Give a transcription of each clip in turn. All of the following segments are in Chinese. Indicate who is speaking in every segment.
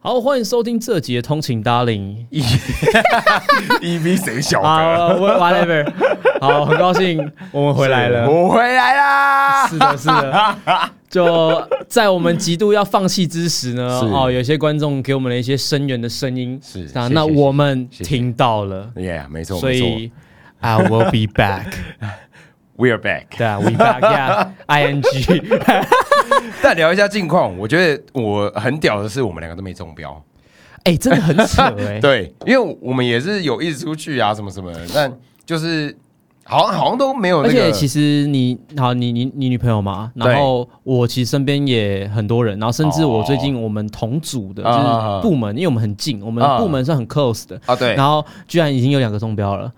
Speaker 1: 好，欢迎收听这集的通勤 Darling。
Speaker 2: EV ，E 谁晓得？
Speaker 1: 啊，whatever。好， 很高兴我们回来了。
Speaker 2: 我回来啦！
Speaker 1: 是的，是的。就在我们极度要放弃之时呢，
Speaker 2: 是
Speaker 1: 哦，有些观众给我们了一些声援的声音，
Speaker 2: 是
Speaker 1: 啊，
Speaker 2: 谢谢
Speaker 1: 那
Speaker 2: 谢谢
Speaker 1: 我们
Speaker 2: 谢谢
Speaker 1: 听到了，
Speaker 2: Yeah，没错，
Speaker 1: 所
Speaker 2: 没
Speaker 1: 以 I will be back，
Speaker 2: 错，We're back。
Speaker 1: 对啊，we back，yeah，I N G，
Speaker 2: 但聊一下近况，我觉得我很屌的是，我们两个都没中标。
Speaker 1: 哎，真的很扯哎，
Speaker 2: 对，因为我们也是有一直出去啊，什么什么的，但就是好像好像都没有
Speaker 1: 而
Speaker 2: 哦那
Speaker 1: 且
Speaker 2: 个。
Speaker 1: 其实你好，你你你女朋友嘛，
Speaker 2: 对
Speaker 1: 然后我其实身边也很多人，然后甚至我最近我们同组的，
Speaker 2: 啊啊啊
Speaker 1: 就是部门，因为我们很近，我们
Speaker 2: 啊
Speaker 1: 部门算很 close 的。
Speaker 2: 啊，对啊
Speaker 1: 然，后居然已经有两个中标了，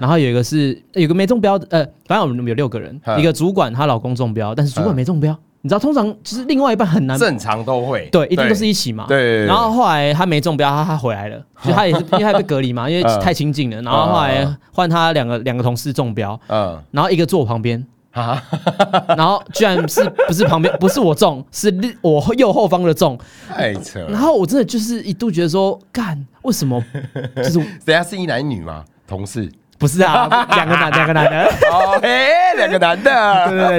Speaker 1: 然后有一个是有一个没中标的，呃，反正我们有六个人，
Speaker 2: 嗯
Speaker 1: 一个主管她老公中标，但是主管
Speaker 2: 嗯
Speaker 1: 没中标，你知道，通常就是另外一半很难
Speaker 2: 正常都会。
Speaker 1: 对，一定都是一起嘛。
Speaker 2: 对对对对
Speaker 1: 然后后来他没中标，他他回来了，就他也是因为他被隔离嘛，因为
Speaker 2: 嗯
Speaker 1: 太亲近了。然后后来
Speaker 2: 啊
Speaker 1: 换他两个两个同事中标，
Speaker 2: 嗯
Speaker 1: 然后一个坐我旁边，
Speaker 2: 啊，
Speaker 1: 然后居然是不是旁边不是我中，是另我右后方的中。
Speaker 2: 太扯
Speaker 1: 然
Speaker 2: 了。
Speaker 1: 后我真的就是一度觉得说，干为什 么？就是
Speaker 2: 等下是一男一女吗？同事。
Speaker 1: 不是啊，两个男两个男 的，
Speaker 2: 哦嘿，两个 男
Speaker 1: 对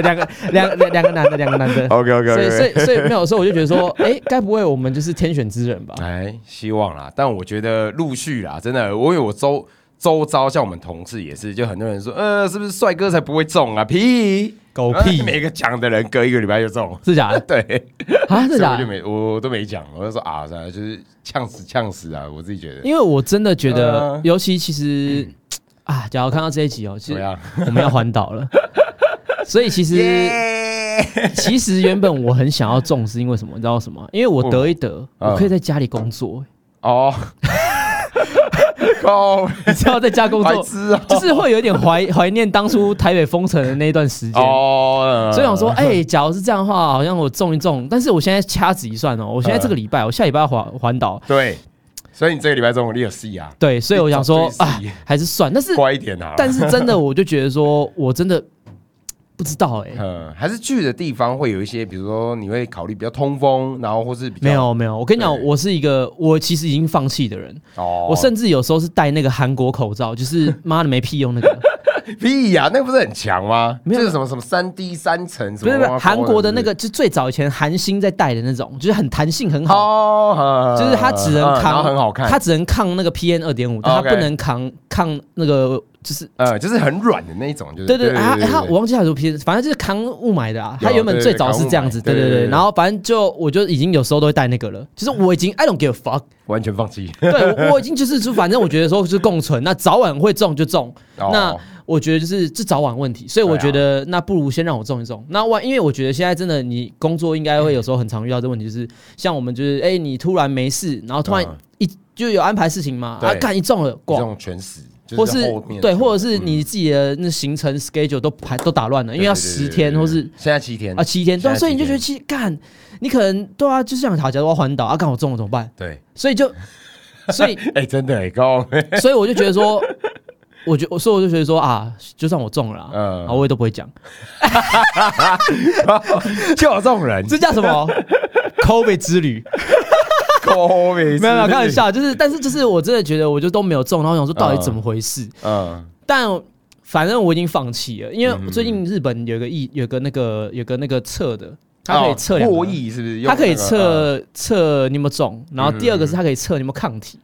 Speaker 1: 对对，
Speaker 2: 的。
Speaker 1: 两个两两两个男的两个男 的。
Speaker 2: OK OK
Speaker 1: 所以所以
Speaker 2: OK。
Speaker 1: 所以没有，所以我就觉得说，哎，该不会我们就是天选之人吧？
Speaker 2: 哎，希望啦，但我觉得陆续啦，真的，我有我周周遭像我们同事也是，就很多人说，呃，是不是帅哥才不会中啊？屁，
Speaker 1: 狗哦屁
Speaker 2: 呃每个奖的人隔一个礼拜就中。
Speaker 1: 是假的
Speaker 2: 对，
Speaker 1: 啊？是
Speaker 2: 所以
Speaker 1: 假
Speaker 2: 我
Speaker 1: 的
Speaker 2: 就？没，我都没讲，我就说啊，啥就是呛死呛死啊，我自己觉得
Speaker 1: 因为我真的觉得，
Speaker 2: 呃
Speaker 1: 尤其其实、
Speaker 2: 嗯
Speaker 1: 啊，假如看到这一集哦，其
Speaker 2: 怎么
Speaker 1: 实
Speaker 2: 样？
Speaker 1: 我们要环岛了，所以其 实、
Speaker 2: 耶！
Speaker 1: 其实原本我很想要中，是因为什么？你知道什么？因为我得一得，
Speaker 2: 嗯
Speaker 1: 我可以在家里工作，
Speaker 2: 哦，靠，
Speaker 1: 你知道在家工
Speaker 2: 白
Speaker 1: 作，
Speaker 2: 痴啊！
Speaker 1: 就是会有点怀怀念当初台北封城的那一段时间。
Speaker 2: 哦，
Speaker 1: 所以想说，哎、假如是这样的话，好像我中一中，但是我现在掐指一算哦，我现在
Speaker 2: 嗯
Speaker 1: 这个礼拜，我下礼拜要环环岛，
Speaker 2: 对，所以你这个礼拜中午你有戏啊，
Speaker 1: 对，所以我想说
Speaker 2: 你早就
Speaker 1: 啊
Speaker 2: 是，
Speaker 1: 还是算，但是
Speaker 2: 乖一点啊。
Speaker 1: 但是真的，我就觉得说，我真的不知道哎、
Speaker 2: 嗯，还是去的地方会有一些，比如说你会考虑比较通风，然后或是比较
Speaker 1: 没有没有，我跟你讲，
Speaker 2: 对
Speaker 1: 我是一个我其实已经放弃的人，
Speaker 2: 哦，
Speaker 1: 我甚至有时候是戴那个韩国口罩，就是 妈的没屁用那个，
Speaker 2: 屁呀、那个不是很强吗？
Speaker 1: 没有
Speaker 2: 这是什么什么三 D 三层什
Speaker 1: 不
Speaker 2: 么
Speaker 1: 是
Speaker 2: 哇
Speaker 1: 不
Speaker 2: 哇
Speaker 1: 是
Speaker 2: 哇？
Speaker 1: 韩国的那个，就最早以前韩星在戴的那种，就是很弹性很好，
Speaker 2: 哦，
Speaker 1: 就是它只能
Speaker 2: 嗯然后
Speaker 1: 扛
Speaker 2: 很好看，哦
Speaker 1: 它只能抗那个 PN 二点五，但它
Speaker 2: OK
Speaker 1: 不能扛抗那个就是。
Speaker 2: 呃，就是很软的那一种，就是
Speaker 1: 对对，
Speaker 2: 对
Speaker 1: 啊，
Speaker 2: 对
Speaker 1: 他
Speaker 2: 对
Speaker 1: 我忘记他说 P，反正就是扛雾霾的啊。
Speaker 2: 有
Speaker 1: 他原本
Speaker 2: 对
Speaker 1: 最
Speaker 2: 对
Speaker 1: 早
Speaker 2: 扛
Speaker 1: 是
Speaker 2: 雾
Speaker 1: 这样
Speaker 2: 霾
Speaker 1: 子，对
Speaker 2: 对
Speaker 1: 对
Speaker 2: 对
Speaker 1: 对。
Speaker 2: 对
Speaker 1: 然后反正就我就已经有时候都会戴那个了，就是我已经 I don't give a fuck，
Speaker 2: 完全放弃。
Speaker 1: 对我我已经就是就反正我觉得说就是共存，那早晚会中就中。
Speaker 2: 哦啊
Speaker 1: 那我觉得就是这早晚问题，所以我觉得那不如先让我中一中。那万因为我觉得现在真的你工作应该会有时候很常遇到这个问题，就是像我们就是哎、你突然没事，然后突然
Speaker 2: 嗯
Speaker 1: 一、就有安排事情嘛，
Speaker 2: 对
Speaker 1: 啊干一中了，
Speaker 2: 这
Speaker 1: 挂。
Speaker 2: 种全死，就
Speaker 1: 或
Speaker 2: 是
Speaker 1: 是
Speaker 2: 后面
Speaker 1: 对，
Speaker 2: 全
Speaker 1: 或者是你自己的那行程 schedule 都排都打乱了，因为要
Speaker 2: 对对对
Speaker 1: 十
Speaker 2: 对
Speaker 1: 天
Speaker 2: 对
Speaker 1: 或是
Speaker 2: 现在七天
Speaker 1: 啊七天，对啊，所以你就觉得
Speaker 2: 现
Speaker 1: 其实干，你可能对啊，就是想好，假如我要环岛啊，刚我中了怎么办？
Speaker 2: 在七天
Speaker 1: 所以就，所以
Speaker 2: 对，哎，真的哎，高，
Speaker 1: 所以我就觉得说，我觉我所以我就觉得说啊，就算我中了啊，
Speaker 2: 嗯
Speaker 1: 啊我也都不会讲，
Speaker 2: 就有这种人，
Speaker 1: 这叫 什么？COVID 之旅？
Speaker 2: 高没
Speaker 1: 没有没有，开玩，笑，就是但是就是我真的觉得我就都没有中，然后我想说到底怎么回事？
Speaker 2: 嗯，
Speaker 1: 但反正我已经放弃了，因为最近日本有一个疫，有个那个有个那个测的，它可以测两
Speaker 2: 破
Speaker 1: 个。
Speaker 2: 哦亿是不是？
Speaker 1: 它可以
Speaker 2: 用那个嗯
Speaker 1: 测测你有没有中，然后第二个是它可以测你有没有抗体，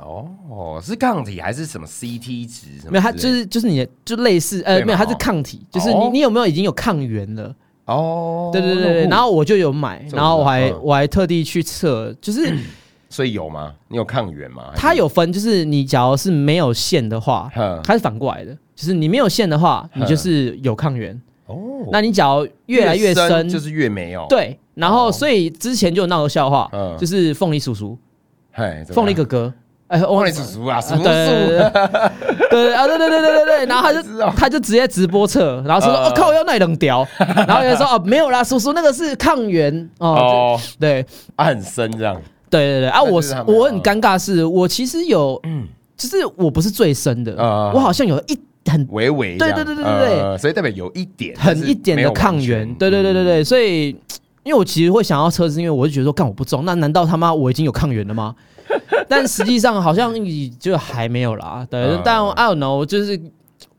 Speaker 2: 嗯哦，是抗体还是什么 CT 值什么之类的？
Speaker 1: 没有它就是就是你的就类似呃
Speaker 2: 对嘛
Speaker 1: 没有它是
Speaker 2: 哦
Speaker 1: 抗体，就是
Speaker 2: 哦
Speaker 1: 你你有没有已经有抗原了？
Speaker 2: 哦，
Speaker 1: 对对对对，然后我就有买，
Speaker 2: 这我
Speaker 1: 然后我还
Speaker 2: 知道嗯嗯
Speaker 1: 我还特地去测，就是
Speaker 2: 所以有吗？你有抗原吗？
Speaker 1: 它有分，就是你假如是没有线的话
Speaker 2: 嗯，
Speaker 1: 它是反过来的，就是你没有线的话，你就是有抗原，
Speaker 2: 哦，
Speaker 1: 那你假如越来越深，
Speaker 2: 就是越没有。，
Speaker 1: 对，然后
Speaker 2: 哦
Speaker 1: 所以之前就有闹个笑话
Speaker 2: 嗯，
Speaker 1: 就是凤梨叔叔、
Speaker 2: 嘿，怎么样
Speaker 1: 凤梨哥哥，哎，我
Speaker 2: 凤
Speaker 1: 忘
Speaker 2: 梨
Speaker 1: 记
Speaker 2: 叔叔啊，
Speaker 1: 啊
Speaker 2: 什么
Speaker 1: 对对
Speaker 2: 叔？
Speaker 1: 对对对啊，对对对对对对，然后他
Speaker 2: 知
Speaker 1: 就
Speaker 2: 道
Speaker 1: 他就直接直播测，然后说
Speaker 2: 呃
Speaker 1: 哦靠，要那冷屌，然后有人说哦没有啦，叔叔那个是抗原哦，
Speaker 2: 哦，
Speaker 1: 就对
Speaker 2: 啊，很深这样。
Speaker 1: 对对对啊，
Speaker 2: 那就是
Speaker 1: 我
Speaker 2: 他们嗯
Speaker 1: 我
Speaker 2: 啊
Speaker 1: 很尴尬的是，我其实有，就是我不是最深的，
Speaker 2: 呃
Speaker 1: 我好像有一很
Speaker 2: 微微这样，
Speaker 1: 对对对对对对
Speaker 2: 呃所以代表有一点，
Speaker 1: 很
Speaker 2: 但是
Speaker 1: 一点
Speaker 2: 没
Speaker 1: 的
Speaker 2: 有完
Speaker 1: 抗
Speaker 2: 全嗯
Speaker 1: 原，对对对对，对，所以因为我其实会想要车，是因为我就觉得说，干我不中，那难道他妈我已经有抗原了吗？ 但实际上好像也就还没有啦。对
Speaker 2: 嗯，
Speaker 1: 但 I don't know，就是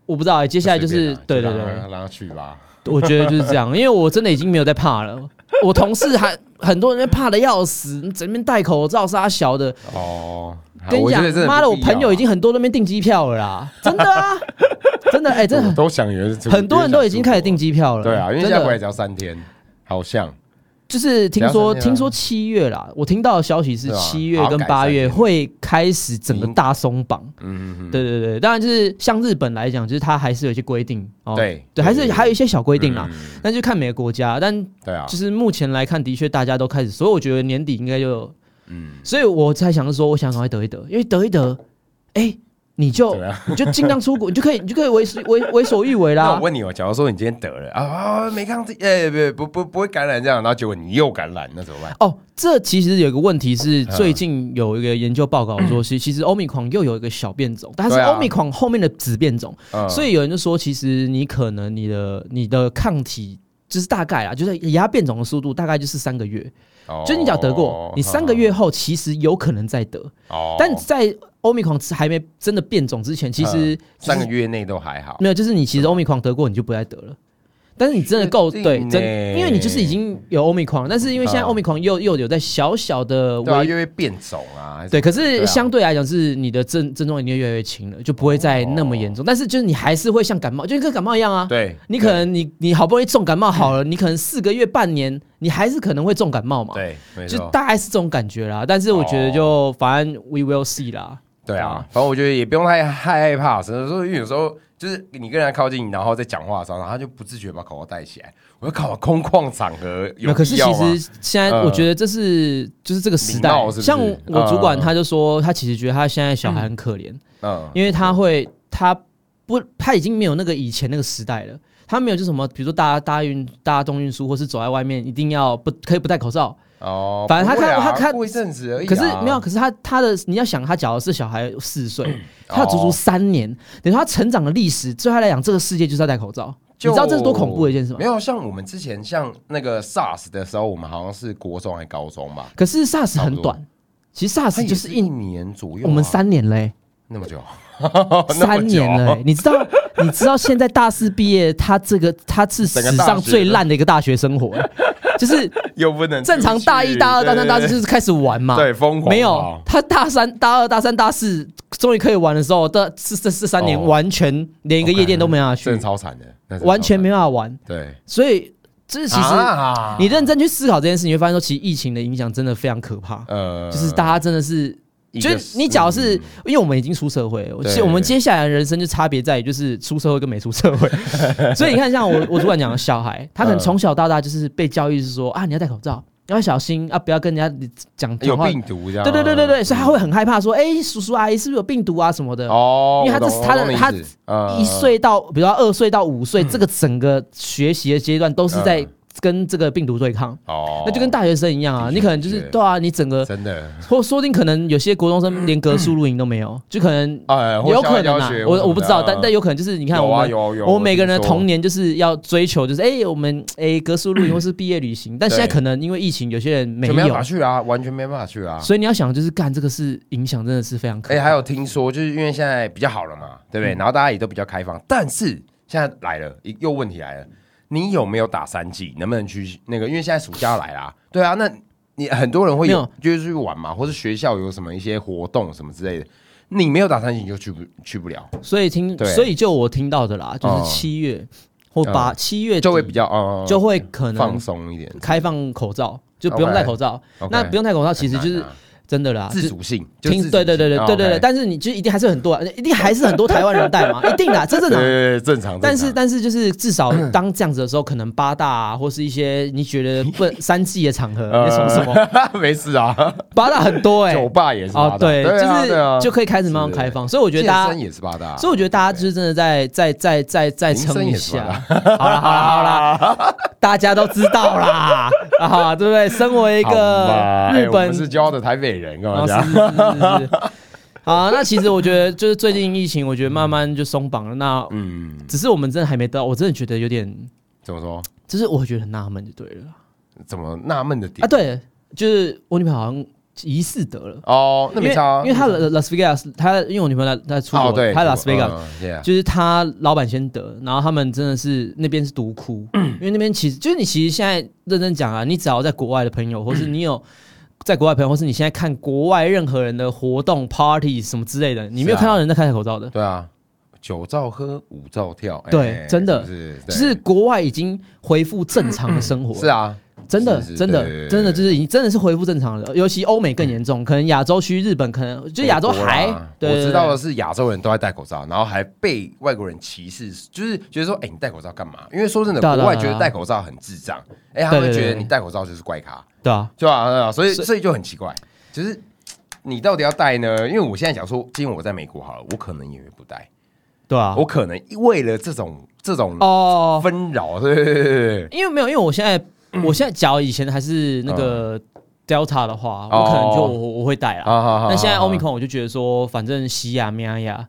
Speaker 1: 我不知道、欸，接下来就是
Speaker 2: 随
Speaker 1: 对
Speaker 2: 便
Speaker 1: 对
Speaker 2: 啊
Speaker 1: 对
Speaker 2: 让，他让他去吧。
Speaker 1: 我觉得就是这 样，因为我真的已经没有在怕了。我同事还很多人怕的要死，整边戴口罩是他小的。
Speaker 2: 哦，好
Speaker 1: 跟你
Speaker 2: 我觉得真
Speaker 1: 讲，妈的，
Speaker 2: 不
Speaker 1: 我
Speaker 2: 必要啊
Speaker 1: 朋友已经很多都那边订机票了啦，真的啊， 真的哎、真的
Speaker 2: 我
Speaker 1: 很
Speaker 2: 都想以为是
Speaker 1: 很多人都已经开始订。机票了。
Speaker 2: 对啊，因为
Speaker 1: 真
Speaker 2: 现在回来
Speaker 1: 的
Speaker 2: 只要三天，好像
Speaker 1: 就是听
Speaker 2: 两
Speaker 1: 说
Speaker 2: 三天啊
Speaker 1: 听说七月啦，我听到的消息是
Speaker 2: 对啊
Speaker 1: 七月
Speaker 2: 好
Speaker 1: 跟
Speaker 2: 改
Speaker 1: 八
Speaker 2: 三
Speaker 1: 月
Speaker 2: 天
Speaker 1: 会开始整个
Speaker 2: 嗯
Speaker 1: 大松绑。
Speaker 2: 嗯嗯嗯，
Speaker 1: 对对对，当然就是像日本来讲，就是它还是有一些规定哦。
Speaker 2: 对
Speaker 1: 对，还是
Speaker 2: 对
Speaker 1: 还有一些小规定啦，
Speaker 2: 嗯
Speaker 1: 那就看每个国家。但
Speaker 2: 对啊
Speaker 1: 就，是目前来看，的确大家都开始，所以我觉得年底应该就，
Speaker 2: 嗯，
Speaker 1: 所以我才想说，我想赶快得一得，因为得一得，哎、你就
Speaker 2: 怎么样
Speaker 1: 你就尽量出国，你就可以你就可以为为为所欲为
Speaker 2: 那
Speaker 1: 啦
Speaker 2: 我。问你哦，假如说你今天得了啊啊，没抗体，哎，不不不不会感染这样，然后结果你又感染，那怎么办？
Speaker 1: 哦，这其实有一个问题是，
Speaker 2: 嗯
Speaker 1: 最近有一个研究报告说，其其实欧米狂又有一个小变种，但是
Speaker 2: 对啊
Speaker 1: 欧米狂后面的子变种，
Speaker 2: 嗯
Speaker 1: 所以有人就说，其实你可能你的你的抗体。就是大概啊，就是以它变种的速度大概就是三个月。
Speaker 2: 哦嗯
Speaker 1: 就是你只要得过，你三个月后其实有可能再得，
Speaker 2: 哦，
Speaker 1: 但在欧米狂还没真的变种之前，其实
Speaker 2: 呃三个月嗯内都还好。
Speaker 1: 没有，就是你其实欧米狂得过，你就不再得了。但是你真的够
Speaker 2: 确
Speaker 1: 对
Speaker 2: 定
Speaker 1: 真
Speaker 2: 呢，
Speaker 1: 因为你就是已经有欧米狂，但是因为现在
Speaker 2: 嗯
Speaker 1: 欧米狂又又有在小小的
Speaker 2: 对啊，
Speaker 1: 微
Speaker 2: 因为变种啊，还是
Speaker 1: 嗯对，可
Speaker 2: 对
Speaker 1: 是
Speaker 2: 啊
Speaker 1: 相对来讲是你的症症状已经越来越轻了，就不会再那么严重。但是就是你还是会像感冒，就跟感冒一样啊。
Speaker 2: 哦对，
Speaker 1: 你可能你你好不容易重感冒好 了，你可能四个月半年，你还是可能会重感冒嘛。，
Speaker 2: 对，没
Speaker 1: 就
Speaker 2: 错，
Speaker 1: 大概是这种感觉啦。但是我觉得就反正 we will see 啦。
Speaker 2: 对啊，反正我觉得也不用太太害怕，只是说因为有时候就是你跟人家靠近，然后在讲话的时候，然后他就不自觉把口罩戴起来。我要靠空旷场合有
Speaker 1: 那可是
Speaker 2: 必要
Speaker 1: 其
Speaker 2: 吗
Speaker 1: 实现在
Speaker 2: 嗯
Speaker 1: 我觉得这是就是这个时代
Speaker 2: 礼貌是，不是
Speaker 1: 像我主管
Speaker 2: 嗯
Speaker 1: 他就说，他其实觉得他现在小孩很可怜，
Speaker 2: 嗯，
Speaker 1: 因为他会他不他已经没有那个以前那个时代了。他没有就什么，比如说搭搭运搭动运输，或是走在外面一定要不可以不戴口罩。
Speaker 2: 哦，
Speaker 1: 反正他
Speaker 2: 不会啊
Speaker 1: 看他看
Speaker 2: 过一阵子而已啊，
Speaker 1: 可是没有，可是他他的你要想，他假如是小孩四岁，他要足足
Speaker 2: 哦
Speaker 1: 三年，等于他成长的历史，对他来讲，这个世界就是要戴口罩。你
Speaker 2: 就
Speaker 1: 知道这是多恐怖的一件事吗
Speaker 2: 没？有，像我们之前像那个 SARS 的时候，我们好像是国中还高中吧，
Speaker 1: 可是 SARS
Speaker 2: 差不
Speaker 1: 很
Speaker 2: 多
Speaker 1: 短，其实
Speaker 2: 它
Speaker 1: SARS
Speaker 2: 也
Speaker 1: 就是
Speaker 2: 一
Speaker 1: 一
Speaker 2: 年左右啊，
Speaker 1: 我们三年嘞、
Speaker 2: 那么久，
Speaker 1: 三年
Speaker 2: 那么久
Speaker 1: 了欸、你知道？你知道现在大四毕业，他这个他是史
Speaker 2: 整个大
Speaker 1: 上
Speaker 2: 学
Speaker 1: 最
Speaker 2: 的
Speaker 1: 烂的一个大学生活欸、就是
Speaker 2: 又不能
Speaker 1: 正常
Speaker 2: 出去
Speaker 1: 大一、大二、大三、大四就
Speaker 2: 对
Speaker 1: 是开始玩嘛，
Speaker 2: 对疯狂
Speaker 1: 没有
Speaker 2: 哦
Speaker 1: 他大三、大二、大三、大四终于可以玩的时候，这这这这三年
Speaker 2: 哦
Speaker 1: 完全连一个夜店都没办法
Speaker 2: 真的
Speaker 1: 去，
Speaker 2: 超惨的，那真的
Speaker 1: 完全
Speaker 2: 超
Speaker 1: 没办法玩。
Speaker 2: 惨对。
Speaker 1: 所以这其实
Speaker 2: 啊
Speaker 1: 你认真去思考这件事，你会发现说，其实疫情的影响真的非常可怕，
Speaker 2: 呃，
Speaker 1: 就是大家真的是
Speaker 2: 一个
Speaker 1: 就是你只要是，嗯因为我们已经出社会了，我
Speaker 2: 对
Speaker 1: 其实我们接下来的人生就差别在于就是出社会跟没出社会。 所以你看，像我我主管讲的小孩，他可能
Speaker 2: 嗯
Speaker 1: 从小到大就是被教育是说啊，你要戴口罩，你要小心啊，不要跟人家讲
Speaker 2: 有
Speaker 1: 讲话。
Speaker 2: 病啊毒这样，
Speaker 1: 对对对对对，所以他会很害怕说，哎，叔叔阿姨是不是有病毒啊什么的。
Speaker 2: 哦，
Speaker 1: 因为他
Speaker 2: 我
Speaker 1: 这
Speaker 2: 懂
Speaker 1: 是他的
Speaker 2: 我懂你
Speaker 1: 他
Speaker 2: 意思呃
Speaker 1: 一岁到，比如说二岁到五岁，这个整个学习的阶段都是在
Speaker 2: 嗯
Speaker 1: 跟这个病毒对抗。
Speaker 2: 哦，
Speaker 1: 那就跟大学生一样啊，
Speaker 2: 的确
Speaker 1: 你可能就是
Speaker 2: 的确
Speaker 1: 对啊，你整个
Speaker 2: 真的
Speaker 1: 或说不定可能有些国中生连格数录影都没有，就可能
Speaker 2: 哎，嗯或
Speaker 1: 有
Speaker 2: 校外
Speaker 1: 可能
Speaker 2: 教
Speaker 1: 啊
Speaker 2: 学，或什
Speaker 1: 我
Speaker 2: 么
Speaker 1: 我不知
Speaker 2: 的
Speaker 1: 道，
Speaker 2: 嗯
Speaker 1: 但但有可能就是你看
Speaker 2: 有
Speaker 1: 我
Speaker 2: 啊
Speaker 1: 们。
Speaker 2: 有啊有啊，
Speaker 1: 我们每个人的
Speaker 2: 听说
Speaker 1: 童年就是要追求，就是哎、我们哎、格数露营或是毕业旅行，但现在
Speaker 2: 对
Speaker 1: 可能因为疫情，有些人没
Speaker 2: 就
Speaker 1: 有，
Speaker 2: 没办法去啊，完全没办法去啊。
Speaker 1: 所以你要想就是干这个是影响真的是非常可
Speaker 2: 哎，
Speaker 1: 怕。
Speaker 2: 还有听说就是因为现在比较好了嘛，对不
Speaker 1: 嗯
Speaker 2: 对？然后大家也都比较开放，但是现在来了，一又问题来了，你有没有打三剂？能不能去那个？因为现在暑假来啦，对啊，那你很多人会有就是去玩嘛，或是学校有什么一些活动什么之类的，你没有打三剂你就去不去不了，
Speaker 1: 所以听，
Speaker 2: 哎对
Speaker 1: 所以就我听到的啦，就
Speaker 2: 哦嗯
Speaker 1: 是七月或八、七月底
Speaker 2: 就会比较哦，
Speaker 1: 就会可
Speaker 2: 放
Speaker 1: 能
Speaker 2: 松一点，
Speaker 1: 开放口罩，就不用
Speaker 2: OK
Speaker 1: 戴口罩。
Speaker 2: OK
Speaker 1: 那不用戴口罩，其实就是
Speaker 2: 很难啊
Speaker 1: 真的啦，
Speaker 2: 自
Speaker 1: 就
Speaker 2: 主性，就自
Speaker 1: 听
Speaker 2: 主
Speaker 1: 对对对对
Speaker 2: 性
Speaker 1: 对对对，
Speaker 2: 哦，OK
Speaker 1: 但是你就一定还是很多，一定还是很多台湾人戴嘛，一定啦，这正
Speaker 2: 对
Speaker 1: 常。
Speaker 2: 对对正常。
Speaker 1: 但是
Speaker 2: 正常
Speaker 1: 但是就是至少当这样子的时候，可能八大啊，或是一些你觉得不三 G 的场 合，
Speaker 2: 呃
Speaker 1: 你说什么
Speaker 2: 没事啊，
Speaker 1: 八大很多哎、
Speaker 2: 酒吧也是八
Speaker 1: 哦
Speaker 2: 大
Speaker 1: 对，
Speaker 2: 对啊对啊
Speaker 1: 就是就可以开始慢慢
Speaker 2: 是
Speaker 1: 开放，所以我觉得大
Speaker 2: 健
Speaker 1: 家
Speaker 2: 身。也是八大，啊
Speaker 1: 所以我觉得大家就是真的在在在在在
Speaker 2: 民生
Speaker 1: 撑一
Speaker 2: 也是
Speaker 1: 下
Speaker 2: 吧，
Speaker 1: 好了好了好了， 大家都知道啦，啊对不对？身为一
Speaker 2: 好
Speaker 1: 个
Speaker 2: 吧哎
Speaker 1: 日
Speaker 2: 我
Speaker 1: 本
Speaker 2: 们是骄傲的台北人，干嘛
Speaker 1: 哦，
Speaker 2: 这
Speaker 1: 是
Speaker 2: 样？
Speaker 1: 是是是是。好啊，那其实我觉得就是最近疫情，我觉得慢慢就松绑了。那
Speaker 2: 嗯，
Speaker 1: 只是我们真的还没到，我真的觉得有点，
Speaker 2: 怎么说？
Speaker 1: 就是我觉得很纳闷就对了啦。
Speaker 2: 怎么纳闷的点
Speaker 1: 啊，对，就是我女朋友好像疑似得了，
Speaker 2: 哦，那
Speaker 1: 因
Speaker 2: 没
Speaker 1: 为
Speaker 2: 差啊，
Speaker 1: 因为她 Las Vegas，她因为我女朋友在在出
Speaker 2: 哦
Speaker 1: 国，
Speaker 2: 对，嗯
Speaker 1: 她 Las Vegas，
Speaker 2: Vegas，
Speaker 1: 就是他老板先得，然后他们真的是那边是独哭，
Speaker 2: 嗯
Speaker 1: 因为那边其实就是你其实现在认真讲啊，你只要在国外的朋友，或
Speaker 2: 嗯
Speaker 1: 是你有在国外的朋友，或是你现在看国外任何人的活动、party 什么之类的，你没有
Speaker 2: 是啊
Speaker 1: 看到人在开口罩的，
Speaker 2: 对啊，九兆喝，五兆跳，哎
Speaker 1: 对真的
Speaker 2: 是不是，
Speaker 1: 就
Speaker 2: 对
Speaker 1: 是国外已经恢复正常的生活，
Speaker 2: 是啊，
Speaker 1: 真的
Speaker 2: 是是
Speaker 1: 真
Speaker 2: 对
Speaker 1: 的
Speaker 2: 对
Speaker 1: 真的
Speaker 2: 对嗯
Speaker 1: 就是已经真的是恢复正常了，尤其欧美更严重，可能亚洲区日本可能就亚洲
Speaker 2: 美国啦啊
Speaker 1: 还对，
Speaker 2: 我
Speaker 1: 对
Speaker 2: 知道
Speaker 1: 对
Speaker 2: 的是亚洲人都在戴口罩，然后还被外国人歧视，就是觉得说，哎，你戴口罩干嘛？因为说真的，
Speaker 1: 对啊
Speaker 2: 国外觉
Speaker 1: 对啊
Speaker 2: 得戴口罩很智障，哎，他
Speaker 1: 对
Speaker 2: 们
Speaker 1: 对
Speaker 2: 觉得
Speaker 1: 对
Speaker 2: 你戴口罩就是怪咖，
Speaker 1: 对啊，
Speaker 2: 对吧？对啊，所以
Speaker 1: 所以
Speaker 2: 所以就很奇怪，就是你到底要戴呢？因为我现在讲说，今天我在美国好了，我可能也不戴，
Speaker 1: 对啊，
Speaker 2: 我可能为了这种这种
Speaker 1: 哦，
Speaker 2: 纷扰，对对对对对。
Speaker 1: 因为没有，因为我现在、
Speaker 2: 嗯
Speaker 1: 我现在假如以前还是那个 Delta 的话，我可能就
Speaker 2: 哦
Speaker 1: 我我会带啦。
Speaker 2: 啊好好
Speaker 1: 但现在
Speaker 2: 好好
Speaker 1: Omicron 我就觉得说，反正西亚、喵 呀，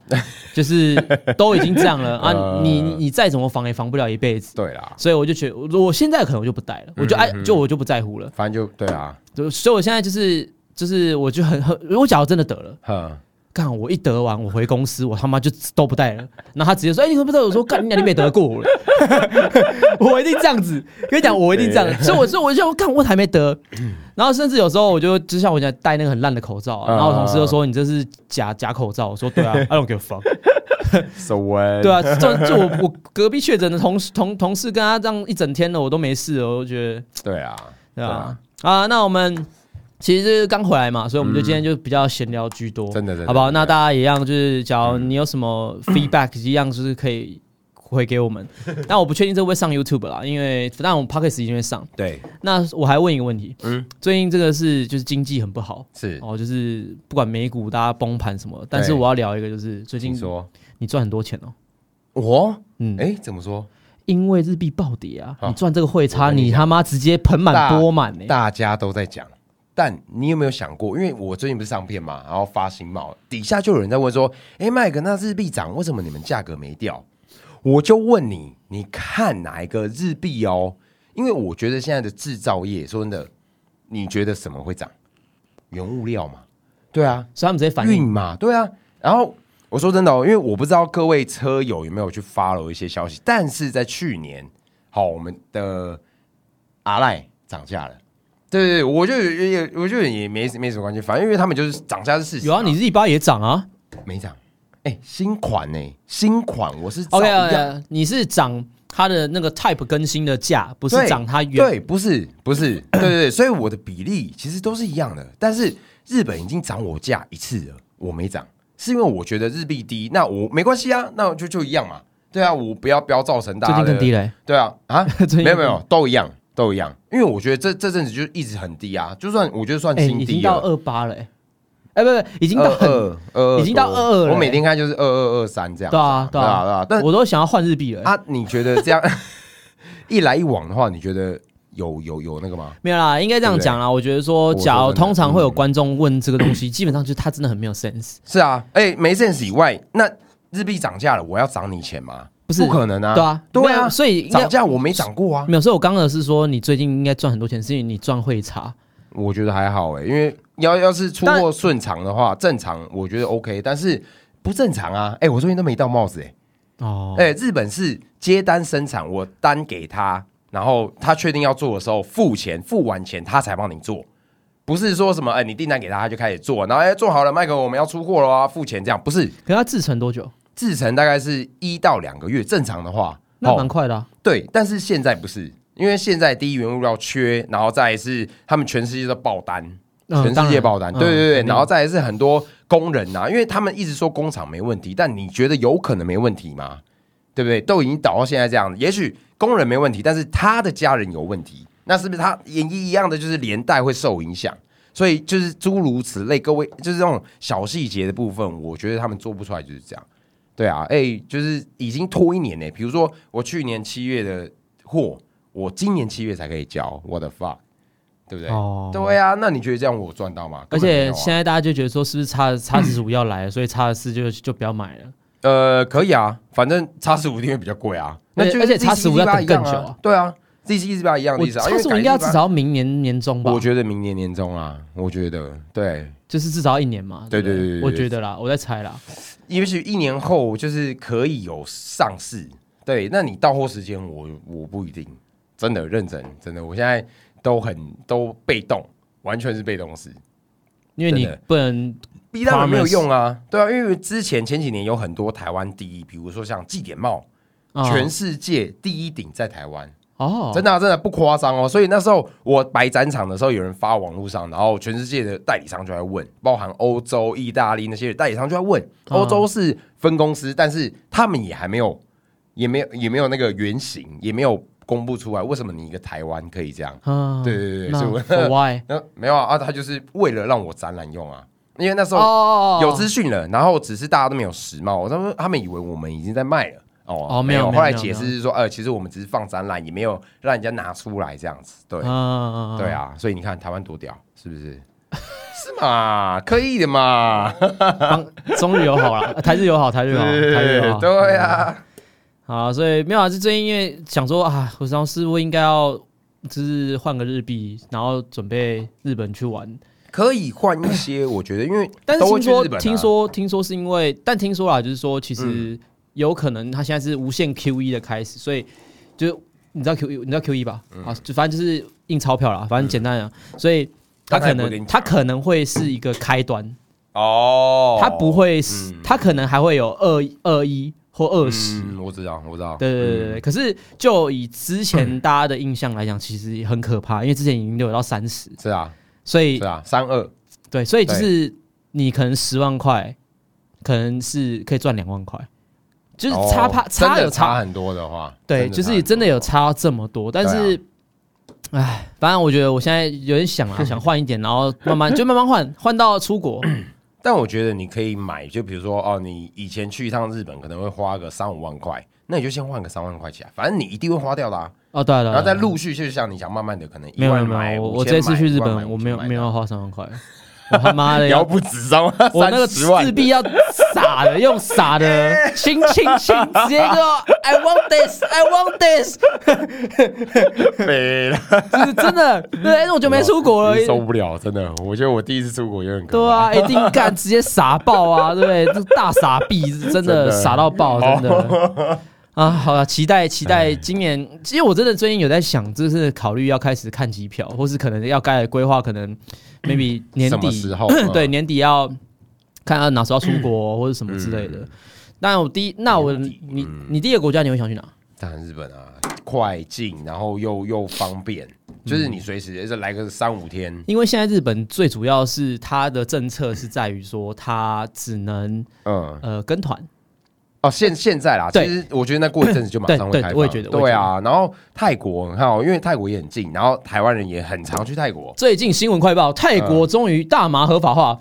Speaker 1: 就是都已经这样了啊！
Speaker 2: 呃
Speaker 1: 你你你再怎么防也防不了一辈子，
Speaker 2: 对啦，
Speaker 1: 所以我就觉得，我我现在可能我就不带了，我就
Speaker 2: 嗯
Speaker 1: 哎，就我就不在乎了。
Speaker 2: 反正就对啊，
Speaker 1: 就所以我现在就是就是，我就很很，如果假如真的得了，
Speaker 2: 哼，
Speaker 1: 干我一得完，我回公司，我他妈就都不带了。然后他直接说：“哎、你怎么不得？”我说：“干你娘，你没得过我了。” 我一定这样子，跟你讲，我一定这样。所以我说，我就想干，我还没得。然后甚至有时候我就就像我讲，戴那个很烂的口罩啊、
Speaker 2: 嗯
Speaker 1: 然后我同事就说：“你这是假假口罩。”我说：“对啊 ，I don't give a fuck。
Speaker 2: 手温，”
Speaker 1: 对啊，就就我我隔壁确诊的同事同同事跟他这样一整天了，我都没事了，我就觉得
Speaker 2: 对啊，
Speaker 1: 对啊啊，那我们。其实就是刚回来嘛，所以我们就今天就比较闲聊居多，
Speaker 2: 嗯真的真的
Speaker 1: 好不好？
Speaker 2: 真的嗯
Speaker 1: 那大家一样，就是假如你有什么 feedback，一样就是可以回给我 们。但我不确定这会不会上 YouTube 啦，因为但我们 Pockets 一定会上。
Speaker 2: 对，
Speaker 1: 那我还问一个问题，嗯
Speaker 2: 嗯，
Speaker 1: 最近这个是就是经济很不好
Speaker 2: 是，
Speaker 1: 哦，就是不管美股大家崩盘什么的，但是
Speaker 2: 对
Speaker 1: 我要聊一个就是最近
Speaker 2: 听说
Speaker 1: 你赚很多钱哦，
Speaker 2: 我，
Speaker 1: 嗯
Speaker 2: 哎，怎么说？
Speaker 1: 因为日币暴跌啊，
Speaker 2: 好
Speaker 1: 你赚这个汇差，
Speaker 2: 我跟你
Speaker 1: 你
Speaker 2: 讲
Speaker 1: 他妈直接盆满
Speaker 2: 大
Speaker 1: 钵满欸呢。
Speaker 2: 大家都在讲，但你有没有想过？因为我最近不是上片嘛，然后发新帽，底下就有人在问说，哎，麦克，那日币涨，为什么你们价格没掉？我就问你，你看哪一个日币哦？因为我觉得现在的制造业，说真的，你觉得什么会涨？原物料嘛，对啊，
Speaker 1: 所以他们直接反
Speaker 2: 运
Speaker 1: 应，
Speaker 2: 嘛，对啊。然后我说真的、哦，因为我不知道各位车友有没有去 follow 一些消息，但是在去年，好，我们的阿赖涨价了。对对，对我就也也我就也没没什么关系，反正因为他们就是涨价是事实
Speaker 1: 有
Speaker 2: 嘛。
Speaker 1: 啊，你日币八也涨啊，
Speaker 2: 没涨？哎，新款呢、新款我是
Speaker 1: OK
Speaker 2: 找一样
Speaker 1: OK，你是涨它的那个 type 更新的价，不是
Speaker 2: 对
Speaker 1: 涨它原
Speaker 2: 对，不是不是，对对对，所以我的比例其实都是一样的，但是日本已经涨我价一次了，我没涨，是因为我觉得日币低，那我没关系啊，那我就就一样嘛，对啊，我不要不要造成大
Speaker 1: 最
Speaker 2: 家
Speaker 1: 近
Speaker 2: 的
Speaker 1: 更低，嘞、
Speaker 2: 对啊啊
Speaker 1: 最，近
Speaker 2: 没有没有，都一样都一样，因为我觉得这这阵子就一直很低啊，就算我觉得算
Speaker 1: 哎、
Speaker 2: 新
Speaker 1: 已经
Speaker 2: 低
Speaker 1: 到
Speaker 2: 了。
Speaker 1: 二八了、欸，哎、不不，已经到很，
Speaker 2: 二二，
Speaker 1: 已经到
Speaker 2: 多
Speaker 1: 22了欸
Speaker 2: 我每天看就是二二二三这样子。
Speaker 1: 对啊对
Speaker 2: 对
Speaker 1: 啊
Speaker 2: 对啊。但
Speaker 1: 我都想要换日币了欸、
Speaker 2: 啊，你觉得这样 一来一往的话，你觉得有有有那个吗？
Speaker 1: 没有啦，应该这样讲啦。我觉得说，
Speaker 2: 我说
Speaker 1: 假如
Speaker 2: 真的
Speaker 1: 通常会有
Speaker 2: 嗯
Speaker 1: 观众问这个东 西，基本上就是他真的很没有 sense。
Speaker 2: 是啊，哎、没 sense 以外，那日币涨价了，我要涨你钱吗？
Speaker 1: 不是
Speaker 2: 可能啊！
Speaker 1: 对啊
Speaker 2: 对
Speaker 1: 没有
Speaker 2: 啊，
Speaker 1: 所以应该
Speaker 2: 涨价我没涨过啊，
Speaker 1: 没有，所以我刚刚的是说，你最近应该赚很多钱，是因为你赚汇差。
Speaker 2: 我觉得还好哎、因为要要是出货顺常的话，正常我觉得 OK，但是不正常啊！哎、我最近都没到帽子哎、
Speaker 1: 哦，
Speaker 2: 哎、日本是接单生产，我单给他，然后他确定要做的时候付钱，付完钱他才帮你做，不是说什么哎、你订单给他他就开始做，然后哎、做好了，麦克我们要出货了啊，付钱这样，不是
Speaker 1: 可是它制成多久？
Speaker 2: 制成大概是一到两个月，正常的话，
Speaker 1: 那蛮快的、啊
Speaker 2: 对，但是现在不是，因为现在第一原物料缺，然后再来是他们全世界都爆单，
Speaker 1: 嗯
Speaker 2: 全世界爆单，
Speaker 1: 当然
Speaker 2: 对对对，
Speaker 1: 嗯
Speaker 2: 然后再来是很多工人呐、因为他们一直说工厂没问题，但你觉得有可能没问题吗？对不对？都已经倒到现在这样了，也许工人没问题，但是他的家人有问题，那是不是他也一样的就是连带会受影响？所以就是诸如此类，各位就是这种小细节的部分，我觉得他们做不出来就是这样。对啊，哎、就是已经拖一年呢、比如说我去年七月的货，我今年七月才可以交，我的 fuck，对不对？
Speaker 1: 哦，
Speaker 2: 对啊，那你觉得这样我赚到吗？
Speaker 1: 而
Speaker 2: 根本没
Speaker 1: 且
Speaker 2: 有啊
Speaker 1: 现在大家就觉得说，是不是叉叉四十五要来了，所以叉四
Speaker 2: 嗯
Speaker 1: 就就不要买了。
Speaker 2: 呃，可以啊，反正叉十五定会比较贵啊，那
Speaker 1: 而且
Speaker 2: 就
Speaker 1: 而且叉15要等更久啊
Speaker 2: 啊。对啊， ，Z C 是不是要一样的
Speaker 1: 我
Speaker 2: 意思啊？因
Speaker 1: 他
Speaker 2: 为
Speaker 1: 是我
Speaker 2: 改
Speaker 1: 应
Speaker 2: 制
Speaker 1: 该要
Speaker 2: 吧
Speaker 1: 至少要明年年中吧，
Speaker 2: 我觉得明年年中啊，我觉得对，
Speaker 1: 就是至少要一年嘛。
Speaker 2: 对
Speaker 1: 对不
Speaker 2: 对对对对
Speaker 1: 我觉得啦，我在猜啦。
Speaker 2: 也许一年后就是可以有上市。对，那你到货时间我我不一定，真的认真真的，我现在都很都被动，完全是被动式。
Speaker 1: 因为你
Speaker 2: 真的
Speaker 1: 不能
Speaker 2: 逼他们没有用啊，对啊，因为之前前几年有很多台湾第一，比如说像祭典帽，
Speaker 1: 啊
Speaker 2: 全世界第一顶在台湾，
Speaker 1: 哦，
Speaker 2: 真的啊、真的不夸张哦。所以那时候我摆展场的时候，有人发网络上，然后全世界的代理商就在问，包含欧洲、意大利那些代理商就在问，
Speaker 1: 嗯
Speaker 2: 欧洲是分公司，但是他们也还没有，也没有也没有那个原型，也没有公布出来，为什么你一个台湾可以这样？
Speaker 1: 啊
Speaker 2: 对对对对，
Speaker 1: 那
Speaker 2: 所以我
Speaker 1: for why？
Speaker 2: 那没有啊啊，他就是为了让我展览用啊，因为那时候
Speaker 1: 哦
Speaker 2: 有资讯了，然后只是大家都没有时髦，他们他们以为我们已经在卖了。哦
Speaker 1: 哦没有
Speaker 2: 有，
Speaker 1: 没有
Speaker 2: 后来
Speaker 1: 没有
Speaker 2: 解释是说，呃，其实我们只是放展览，也没有让人家拿出来这样子。对，
Speaker 1: 啊
Speaker 2: 对，啊，所以你看台湾多屌，是不是？是嘛，可以的嘛，
Speaker 1: 哦帮中日友好啦， 台日友好，台日友好，台日友好。
Speaker 2: 对啊，
Speaker 1: 啊，所以没有啊，就最近因为想说啊，我想是不是应该要就是换个日币，然后准备日本去玩。
Speaker 2: 可以换一些，我觉得，因为
Speaker 1: 但是
Speaker 2: 都
Speaker 1: 听
Speaker 2: 会去
Speaker 1: 说、
Speaker 2: 日本啊嗯
Speaker 1: 听说听说是因为，但听说啦，就是说其实有可能它现在是无限 QE 的开始，所以就是你知道 QE 你知道 QE 吧？
Speaker 2: 嗯
Speaker 1: 啊，就反正就是印钞票啦，反正简单讲，所以它
Speaker 2: 但他也
Speaker 1: 可
Speaker 2: 不会跟
Speaker 1: 能
Speaker 2: 你
Speaker 1: 它
Speaker 2: 讲
Speaker 1: 可能会是一个开端，
Speaker 2: 哦，
Speaker 1: 它不会是、
Speaker 2: 嗯
Speaker 1: 它可能还会有二二一或二十、
Speaker 2: 嗯，我知道，我知道，嗯
Speaker 1: 对对对对对，可是就以之前大家的印象来讲，其实也很可怕，因为之前已经有到三十，
Speaker 2: 是啊，
Speaker 1: 所以
Speaker 2: 是啊，三二，
Speaker 1: 对，所以就是你可能十万块，可能是可以赚两万块，就是差怕、
Speaker 2: 哦
Speaker 1: 差
Speaker 2: 真
Speaker 1: 有
Speaker 2: 的差
Speaker 1: 差，
Speaker 2: 很多的话，
Speaker 1: 对，就是真的有差到这么多，
Speaker 2: 啊
Speaker 1: 但是。唉，反正我觉得我现在有点想啊，想换一点，然后慢慢就慢慢换，换到出 国。
Speaker 2: 但我觉得你可以买，就比如说哦，你以前去一趟日本可能会花个三五万块，那你就先换个三万块起来，反正你一定会花掉的啊。
Speaker 1: 哦，对了，
Speaker 2: 然后再陆续，就像你想慢慢的，可能
Speaker 1: 没有没
Speaker 2: 一万
Speaker 1: 有
Speaker 2: 买，
Speaker 1: 没有，我
Speaker 2: 五千
Speaker 1: 我这次
Speaker 2: 买
Speaker 1: 去日
Speaker 2: 一万
Speaker 1: 本
Speaker 2: 买，
Speaker 1: 我
Speaker 2: 五千
Speaker 1: 没有
Speaker 2: 买
Speaker 1: 没有
Speaker 2: 的
Speaker 1: 要花三万块，我他妈的要
Speaker 2: 聊不止三万，
Speaker 1: 我那个
Speaker 2: 30万
Speaker 1: 自闭要傻的，用傻的，亲亲亲，直接给我 I want this, I want this，
Speaker 2: 没了，
Speaker 1: 就是真的，对， 哎我就没出国了。
Speaker 2: 受不了，真的，我觉得我第一次出国有点可
Speaker 1: 对
Speaker 2: 怕。
Speaker 1: 啊，一定干，直接傻爆啊，对不对？这大傻 逼，真的
Speaker 2: 的哦
Speaker 1: 傻到爆，真的。啊，好了，期待期
Speaker 2: 哎
Speaker 1: 待今年。其实我真的最近有在想，就是考虑要开始看机票，或是可能要该规划，可 能 maybe 年
Speaker 2: 什
Speaker 1: 底
Speaker 2: 么时候啊
Speaker 1: 对，年底要看要哪时候要出 国或者什么之类的。那我第一，那我
Speaker 2: 嗯年底嗯
Speaker 1: 你你第一个国家你会想去哪？
Speaker 2: 当然日本啊，快进，然后又又方便，就是你随时这来个三五天，
Speaker 1: 因为现在日本最主要是它的政策是在于说，它只能
Speaker 2: 嗯，
Speaker 1: 呃跟团，
Speaker 2: 哦，现现在啦，
Speaker 1: 对
Speaker 2: 其实我觉得那过一阵子就马上
Speaker 1: 对
Speaker 2: 会开
Speaker 1: 对
Speaker 2: 放。
Speaker 1: 我也觉得
Speaker 2: 对啊。然后泰国，你看哦，因为泰国也很近，然后台湾人也很常去泰国。
Speaker 1: 最近新闻快报，泰国终于大麻合法化，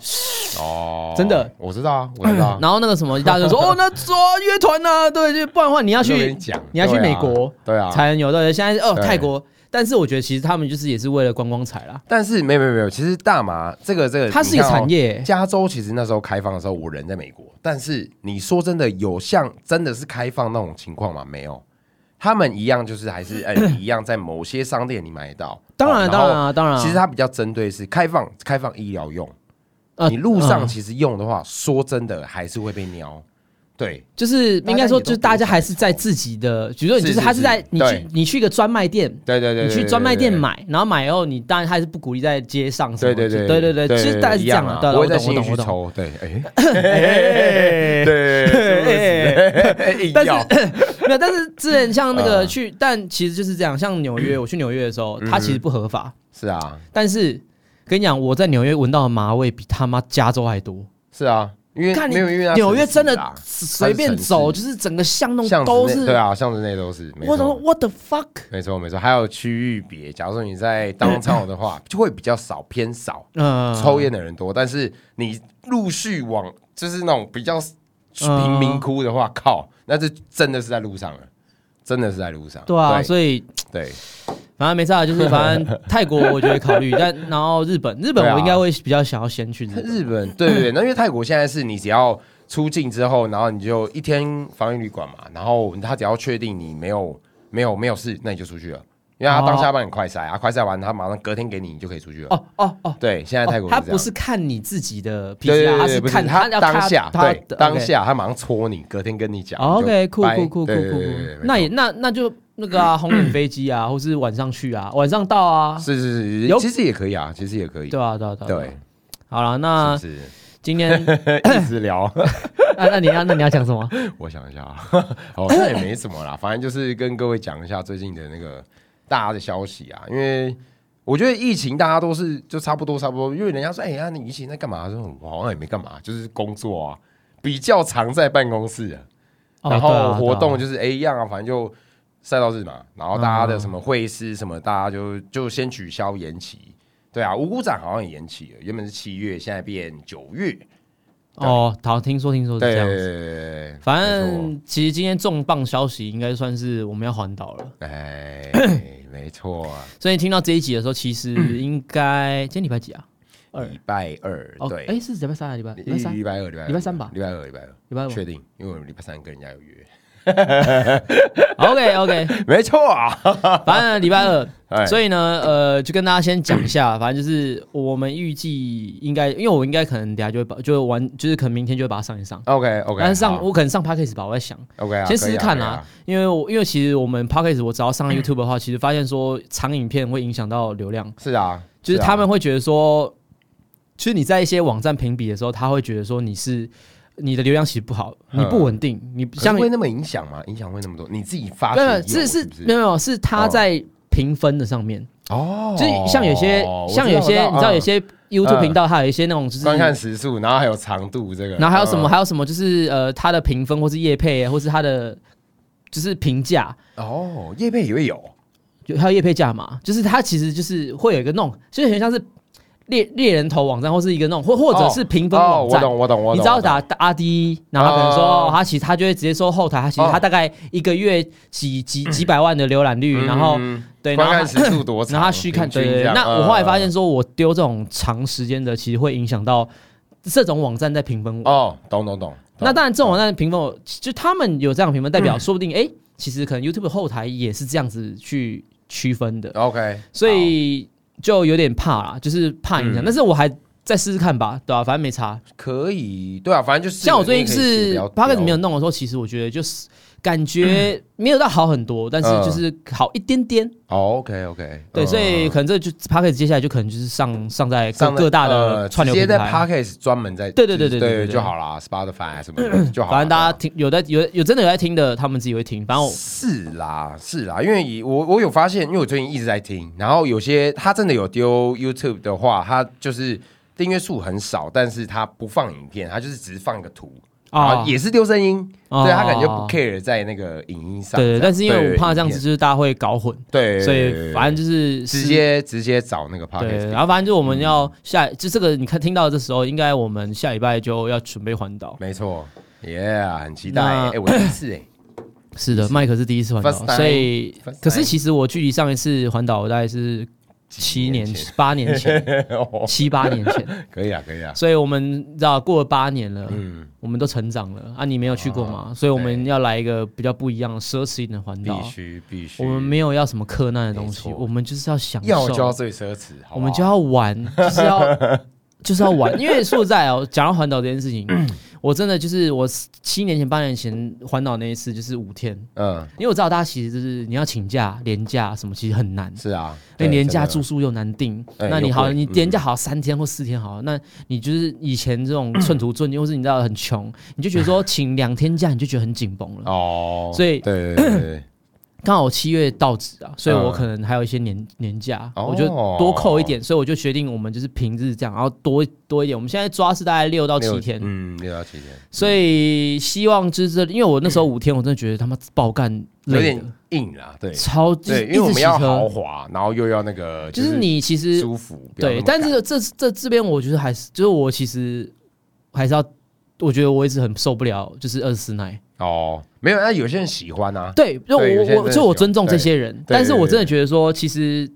Speaker 2: 哦，
Speaker 1: 真的，
Speaker 2: 我知道啊，我知道嗯 啊。
Speaker 1: 然后那个什么一大堆 说哦，那说乐团呢，对，就不然的话你要
Speaker 2: 我都
Speaker 1: 去
Speaker 2: 跟你讲，
Speaker 1: 你要去
Speaker 2: 对啊
Speaker 1: 美国
Speaker 2: 对啊。
Speaker 1: 才能有对，现在哦
Speaker 2: 对
Speaker 1: 泰国，但是我觉得其实他们就是也是为了观光财啦，
Speaker 2: 但是没有没有没有，其实大麻这个这个，
Speaker 1: 它是一个
Speaker 2: 你看哦
Speaker 1: 产。业，
Speaker 2: 加州其实那时候开放的时候，我人在美国，但是你说真的，有像真的是开放那种情况吗？没有，他们一样就是还 是哎、你一样在某些商店你买得到。
Speaker 1: 当然
Speaker 2: 哦
Speaker 1: 当然啊当然啊，
Speaker 2: 其实它比较针对是开放开放医疗用，
Speaker 1: 呃
Speaker 2: 你路上
Speaker 1: 嗯
Speaker 2: 其实用的话，说真的还是会被瞄。对，
Speaker 1: 就是应该说，就是大
Speaker 2: 大家
Speaker 1: 家
Speaker 2: 也都不
Speaker 1: 还是在自己的，举个例，
Speaker 2: 是
Speaker 1: 就是他是
Speaker 2: 是
Speaker 1: 在
Speaker 2: 是
Speaker 1: 你去
Speaker 2: 对
Speaker 1: 你去一个专卖店，
Speaker 2: 对对对，
Speaker 1: 你去
Speaker 2: 对
Speaker 1: 专卖店。
Speaker 2: 对对对
Speaker 1: 买，然后买以后你当然还是不鼓励在街上什么的，
Speaker 2: 对对对
Speaker 1: 对对对，其实大概是
Speaker 2: 一
Speaker 1: 这样
Speaker 2: 啊
Speaker 1: 啊，对，
Speaker 2: 不
Speaker 1: 我
Speaker 2: 会在
Speaker 1: 懂我
Speaker 2: 新义
Speaker 1: 懂
Speaker 2: 区
Speaker 1: 我懂。
Speaker 2: 抽，对， 哎，
Speaker 1: 但是
Speaker 2: 对，但是
Speaker 1: 没有，但是之前像那个
Speaker 2: 嗯
Speaker 1: 去，但其实就是这样，像纽约，我去纽约的时候，它其实不合法，
Speaker 2: 是啊，
Speaker 1: 但是跟你讲，我在纽约闻到的麻味比他妈加州还多。
Speaker 2: 是啊，因为
Speaker 1: 看你
Speaker 2: 没有因为它
Speaker 1: 纽约真的
Speaker 2: 城市啊
Speaker 1: 随便走，就是整个巷弄
Speaker 2: 巷子
Speaker 1: 都
Speaker 2: 内
Speaker 1: 是
Speaker 2: 对，啊，巷子内都是，没
Speaker 1: 我怎么
Speaker 2: 错。
Speaker 1: what the fuck？
Speaker 2: 没错没错，还有区域别，假如说你在当场的话，就会比较少偏少，
Speaker 1: 嗯，
Speaker 2: 抽烟的人多，但是你陆续往就是那种比较贫民窟的
Speaker 1: 嗯
Speaker 2: 话，靠，那是真的是在路上了，真的是在路上。
Speaker 1: 对啊，
Speaker 2: 对
Speaker 1: 所以
Speaker 2: 对
Speaker 1: 反正没差，就是反 正泰国我觉得考虑，但然后日本，日本
Speaker 2: 对啊
Speaker 1: 我应该会比较想要先去日本。
Speaker 2: 日本，对对对，那因为泰国现在是你只要出境之后，然后你就一天防疫旅馆嘛，然后他只要确定你没有没有没有事，那你就出去了。因为他当下帮你快筛啊，快筛完他马上隔天给你，你就可以出去了。
Speaker 1: 哦哦哦哦，
Speaker 2: 对，现在泰国
Speaker 1: 他
Speaker 2: 这
Speaker 1: 不
Speaker 2: 样
Speaker 1: 是看你自己的
Speaker 2: 对
Speaker 1: PCR，
Speaker 2: 对对
Speaker 1: 啊他
Speaker 2: 对，不
Speaker 1: 看
Speaker 2: 他
Speaker 1: 要
Speaker 2: 当
Speaker 1: 看
Speaker 2: 下，
Speaker 1: 他
Speaker 2: 对，当。下他马上戳你，隔天跟你讲。你就
Speaker 1: 哦 OK，酷
Speaker 2: 掰
Speaker 1: 酷酷酷
Speaker 2: 对对
Speaker 1: 酷
Speaker 2: 对对对
Speaker 1: 酷，
Speaker 2: 对
Speaker 1: 那也那那就那个 啊，红眼飞机啊，或是晚上去啊，晚上到啊，
Speaker 2: 是是是
Speaker 1: 有
Speaker 2: 是，其实也可以啊，其实也可以。
Speaker 1: 对啊啊对啊对啊。对啊
Speaker 2: 对，
Speaker 1: 好了，那
Speaker 2: 是
Speaker 1: 今 天啊
Speaker 2: 不是一直聊？
Speaker 1: 那那你要那你要讲什么？
Speaker 2: 我想一下啊， 哦，那也没什么啦，反正就是跟各位讲一下最近的那个大家的消息啊，因为我觉得疫情大家都是就差不多差不多，因为人家说哎呀、你疫情在干嘛？我说我好像也没干嘛，就是工作啊，比较常在办公室、啊，
Speaker 1: 哦
Speaker 2: 然
Speaker 1: 对啊对
Speaker 2: 后
Speaker 1: 啊
Speaker 2: 活动就是哎、一样啊，反正就赛道日嘛，然后大家
Speaker 1: 嗯
Speaker 2: 的什么会师什么，大家就就先取消延期。对啊，五谷展好像也延期了，原本是七月，现在变九月。
Speaker 1: 哦，好，听说听说是这
Speaker 2: 对对
Speaker 1: 样
Speaker 2: 对
Speaker 1: 子。
Speaker 2: 对对对，
Speaker 1: 反
Speaker 2: 没
Speaker 1: 正其实今天重磅消息应该算是我们要环岛了，
Speaker 2: 错哎，没错啊，
Speaker 1: 所以听到这一集的时候，其 实应该今天礼拜几啊？二
Speaker 2: 礼拜二
Speaker 1: 哦，
Speaker 2: 对，
Speaker 1: 哎，是礼拜三还是礼拜礼拜三？
Speaker 2: 礼拜二，礼拜二
Speaker 1: 礼拜三吧
Speaker 2: 礼拜二，礼拜二，
Speaker 1: 礼拜五
Speaker 2: 确定，因为我们礼拜三跟人家有约，
Speaker 1: ？OK OK，
Speaker 2: 没错啊，
Speaker 1: 反正礼拜二。
Speaker 2: 哎，
Speaker 1: 所以呢，呃，就跟大家先讲一下， 反正就是我们预计应该，因为我应该可能等下就会把，就会完，就是可能明天就会把它上一上。
Speaker 2: OK OK，
Speaker 1: 但是上我可能上 p a c k a g e 吧，我在想，
Speaker 2: OK 啊，
Speaker 1: 先试试看
Speaker 2: 啦、
Speaker 1: 啦、因为我因为其实我们 p a c k a g e 我只要 上 YouTube 的话，其实发现说长影片会影响到流量，
Speaker 2: 是啊，
Speaker 1: 就是
Speaker 2: 啊
Speaker 1: 他们会觉得说，其实你在一些网站评比的时候，他会觉得说你是你的流量其实不好，你不稳定，你
Speaker 2: 嗯可是
Speaker 1: 像
Speaker 2: 会那么影响吗？影响会那么多？你自己发
Speaker 1: 没有没
Speaker 2: 觉
Speaker 1: 有是
Speaker 2: 是
Speaker 1: 是没有没有是他
Speaker 2: 哦
Speaker 1: 在评分的上面。
Speaker 2: 哦，
Speaker 1: 就是像有些、
Speaker 2: 我知道
Speaker 1: 像有些
Speaker 2: 我
Speaker 1: 你知道有
Speaker 2: 嗯
Speaker 1: 些 YouTube 频道，它有一些那种就是，
Speaker 2: 观看时速，然后还有长度这个，
Speaker 1: 然后还有什么、
Speaker 2: 嗯
Speaker 1: 还有什么就是呃它的评分或是业配啊或是它的就是评价，
Speaker 2: 哦，叶配也会有
Speaker 1: 就还有业配价嘛，就是它其实就是会有一个那种，就是很像是猎猎人头网站或是一个那种或或者是评分网
Speaker 2: 哦，我
Speaker 1: 站。
Speaker 2: 懂我懂我懂，
Speaker 1: 你只要
Speaker 2: 我懂
Speaker 1: 打打 R D，然后他可能说、
Speaker 2: 哦
Speaker 1: 哦他其实他就会直接说后台，他其实
Speaker 2: 哦
Speaker 1: 他大概一个月几几几百万的浏览率，然后
Speaker 2: 嗯
Speaker 1: 对，然
Speaker 2: 观
Speaker 1: 后
Speaker 2: 看
Speaker 1: 他
Speaker 2: 时速多长，
Speaker 1: 然后他虚看，
Speaker 2: 平
Speaker 1: 对
Speaker 2: 均
Speaker 1: 对
Speaker 2: 这
Speaker 1: 对。
Speaker 2: 样
Speaker 1: 那我后来发。
Speaker 2: 嗯
Speaker 1: 现说，我丢这种长时间的，其实会影响到这种网站在评分我。
Speaker 2: 哦，懂懂懂。
Speaker 1: 那
Speaker 2: 懂
Speaker 1: 当然，这种网站的评分我，就他们有这样的评分，代
Speaker 2: 嗯
Speaker 1: 表说不定，哎，其实可能 YouTube 后台也是这样子去区分的，
Speaker 2: OK，
Speaker 1: 所以就有点怕啦，就是怕影响。
Speaker 2: 嗯
Speaker 1: 但是我还再试试看吧，对吧、反正没差。
Speaker 2: 好可以，对啊，反正就是
Speaker 1: 像我最近是 p o
Speaker 2: 八
Speaker 1: c
Speaker 2: 个
Speaker 1: a 没有弄的时候，其实我觉得就是感
Speaker 2: 嗯
Speaker 1: 觉没有到好很多，但是就是好一点点。
Speaker 2: 哦 OK OK，
Speaker 1: 对，所以可能这就 p a c k a g e 接下来就可能就是上上在各
Speaker 2: 哦上呃
Speaker 1: 各大的串流
Speaker 2: 直
Speaker 1: 平台，
Speaker 2: 接在 Podcast 专门在
Speaker 1: 对对对
Speaker 2: 就是
Speaker 1: 对对
Speaker 2: 对
Speaker 1: 对
Speaker 2: 就好啦 Spotify 啊什么的就好啦。
Speaker 1: 反正大家听有在有有真的有在听的，他们自己会听。反正我
Speaker 2: 是啦是啦，因为以我我有发现，因为我最近一直在听，然后有些他真的有丢 YouTube 的话，他就是订阅数很少，但是他不放影片，他就是只放个图，然
Speaker 1: 啊
Speaker 2: 后，也是丢声音，
Speaker 1: 哦
Speaker 2: 对他感觉不 care 在那个影音上。
Speaker 1: 对对，但是因为我怕这样子，
Speaker 2: 影
Speaker 1: 就是大家会搞混，
Speaker 2: 片，对，
Speaker 1: 所以反正
Speaker 2: 正
Speaker 1: 就是
Speaker 2: 直。接嗯直接找那个 p o d c a
Speaker 1: 对，
Speaker 2: s
Speaker 1: 然后反正就我们要下，就这个你看听到这时候，应该我们下礼拜就要准备环岛。
Speaker 2: 没错，Yeah，很期待。
Speaker 1: 那
Speaker 2: 哎、我第一次哎、
Speaker 1: 是的，麦克是第一次环岛
Speaker 2: First，time
Speaker 1: 所以
Speaker 2: First time
Speaker 1: 可是其实我距离上一次环岛我大概是七年
Speaker 2: 几年前、
Speaker 1: 八年前、
Speaker 2: 哦
Speaker 1: 七八年前，
Speaker 2: 可以啊，可以啊。
Speaker 1: 所以我们你知道过了八年了，
Speaker 2: 嗯，
Speaker 1: 我们都成长了啊！你没有去过嘛，所以我们要来一个比较不一样、奢侈一点的环
Speaker 2: 必
Speaker 1: 岛。
Speaker 2: 须必须。
Speaker 1: 我们没有要什么克难的东西，
Speaker 2: 没错
Speaker 1: 我们就是要享
Speaker 2: 要就要
Speaker 1: 受，
Speaker 2: 最奢侈，好不好
Speaker 1: 我们就要玩， 就是要就是要玩。因为说实在哦，讲到环岛这件事 情，我真的就是我七年前、八年前环岛那一次就是五天，
Speaker 2: 嗯，
Speaker 1: 因为我知道大家其实就是你要请假、连假什么，其实很难。
Speaker 2: 是啊，
Speaker 1: 那
Speaker 2: 对
Speaker 1: 年假
Speaker 2: 真
Speaker 1: 住
Speaker 2: 的
Speaker 1: 宿又难定，
Speaker 2: 哎
Speaker 1: 那你
Speaker 2: 又
Speaker 1: 好，
Speaker 2: 贵
Speaker 1: 你
Speaker 2: 嗯
Speaker 1: 年假好三天或四天好，那你就是以前这种寸土寸金，或是你知道很穷，你就觉得说 请两天假你就觉得很紧绷了。
Speaker 2: 哦，
Speaker 1: 所以
Speaker 2: 对对对 对对，
Speaker 1: 刚好我七月到职啊，所以我
Speaker 2: 嗯
Speaker 1: 可能还有一些年年假，
Speaker 2: 哦
Speaker 1: 我就多扣一点，所以我就决定我们就是平日这样，然后多多一点。我们现在抓是大概六到七
Speaker 2: 六
Speaker 1: 天，
Speaker 2: 嗯，六到七天，
Speaker 1: 所以希望就是因为我那时候五天，我真的觉得他妈爆干
Speaker 2: 有
Speaker 1: 累的
Speaker 2: 点，硬啦，对
Speaker 1: 超级
Speaker 2: 对，因为我们要豪华，然后又要那个
Speaker 1: 就是你其实
Speaker 2: 舒服，不要那
Speaker 1: 对，
Speaker 2: 么
Speaker 1: 但
Speaker 2: 赶
Speaker 1: 是这这这边我觉得还是，就是我其实还是要，我觉得我一直很受不了，就是二十四奶。
Speaker 2: 哦，没有，那有些人喜欢啊，
Speaker 1: 对，就
Speaker 2: 对有些人
Speaker 1: 我我
Speaker 2: 真的
Speaker 1: 就我
Speaker 2: 喜欢
Speaker 1: 尊重这些人，
Speaker 2: 对
Speaker 1: 但是我
Speaker 2: 对
Speaker 1: 真的觉得说，其实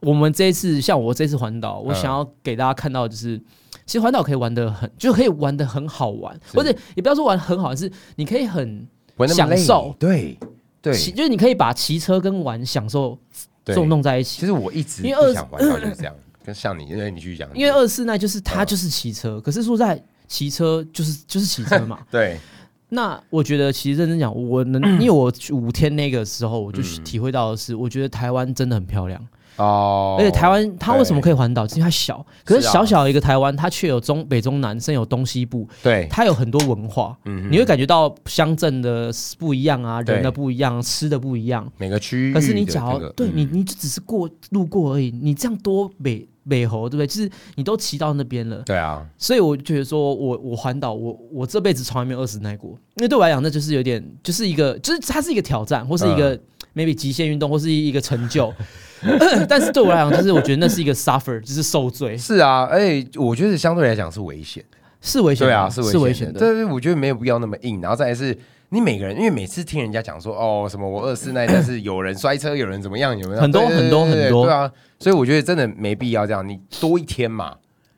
Speaker 1: 我们这一次像我这次环岛，我
Speaker 2: 嗯
Speaker 1: 想要给大家看到就是。其实环岛可以玩的很，就可以玩的很好玩，
Speaker 2: 是
Speaker 1: 或者也不要说玩很好，是你可以很
Speaker 2: 不会那么累
Speaker 1: 享受
Speaker 2: 对对，
Speaker 1: 骑，就是你可以把骑车跟玩享受
Speaker 2: 对
Speaker 1: 重弄在一
Speaker 2: 其
Speaker 1: 起。
Speaker 2: 实我一直
Speaker 1: 因为二
Speaker 2: 不想环岛就 是这样，跟像你，因为你继续讲，。
Speaker 1: 因为二四那就是他就是骑车，可是说实在骑车就是就是骑车嘛
Speaker 2: 对
Speaker 1: 那我觉得其实认真讲，我能因为我五天那个时候我就
Speaker 2: 嗯
Speaker 1: 体会到的是，我觉得台湾真的很漂亮，
Speaker 2: 哦，
Speaker 1: 而且台湾它为什么可以环岛，是因为它小，可是
Speaker 2: 是啊
Speaker 1: 小小一个台湾，它却有中北中南，甚至有东西部，
Speaker 2: 对
Speaker 1: 它有很多文化，你会感觉到乡镇的不一样啊，
Speaker 2: 嗯对
Speaker 1: 人的不一样，吃的不一样。
Speaker 2: 每个区域的
Speaker 1: 可
Speaker 2: 这个，
Speaker 1: 是你只要对
Speaker 2: 嗯
Speaker 1: 你，你就只是过路过而已，你这样多美美猴，对不对？就是你都骑到那边了，
Speaker 2: 对啊，
Speaker 1: 所以我觉得说我我环岛，我我这辈子从来没有二十耐过，因为对我来讲，那就是有点就是一个，就是它是一个挑战，或是一个、maybe 极限运动，或是一个成就。 但是对我来讲，就是我觉得那是一个 suffer，就是受罪，
Speaker 2: 是啊，而且我觉得相对来讲是危险。
Speaker 1: 是危险
Speaker 2: 对
Speaker 1: 的，
Speaker 2: 啊，
Speaker 1: 是危
Speaker 2: 危
Speaker 1: 险的。
Speaker 2: 但是我觉得没有必要那么硬。然后再来是，你每个人，因为每次听人家讲说，哦，什么我二四那一代是有人摔车，有人怎么样，有人
Speaker 1: 很多
Speaker 2: 对对对
Speaker 1: 很多
Speaker 2: 对对
Speaker 1: 很多
Speaker 2: 对啊。所以我觉得真的没必要这样，你多一天嘛。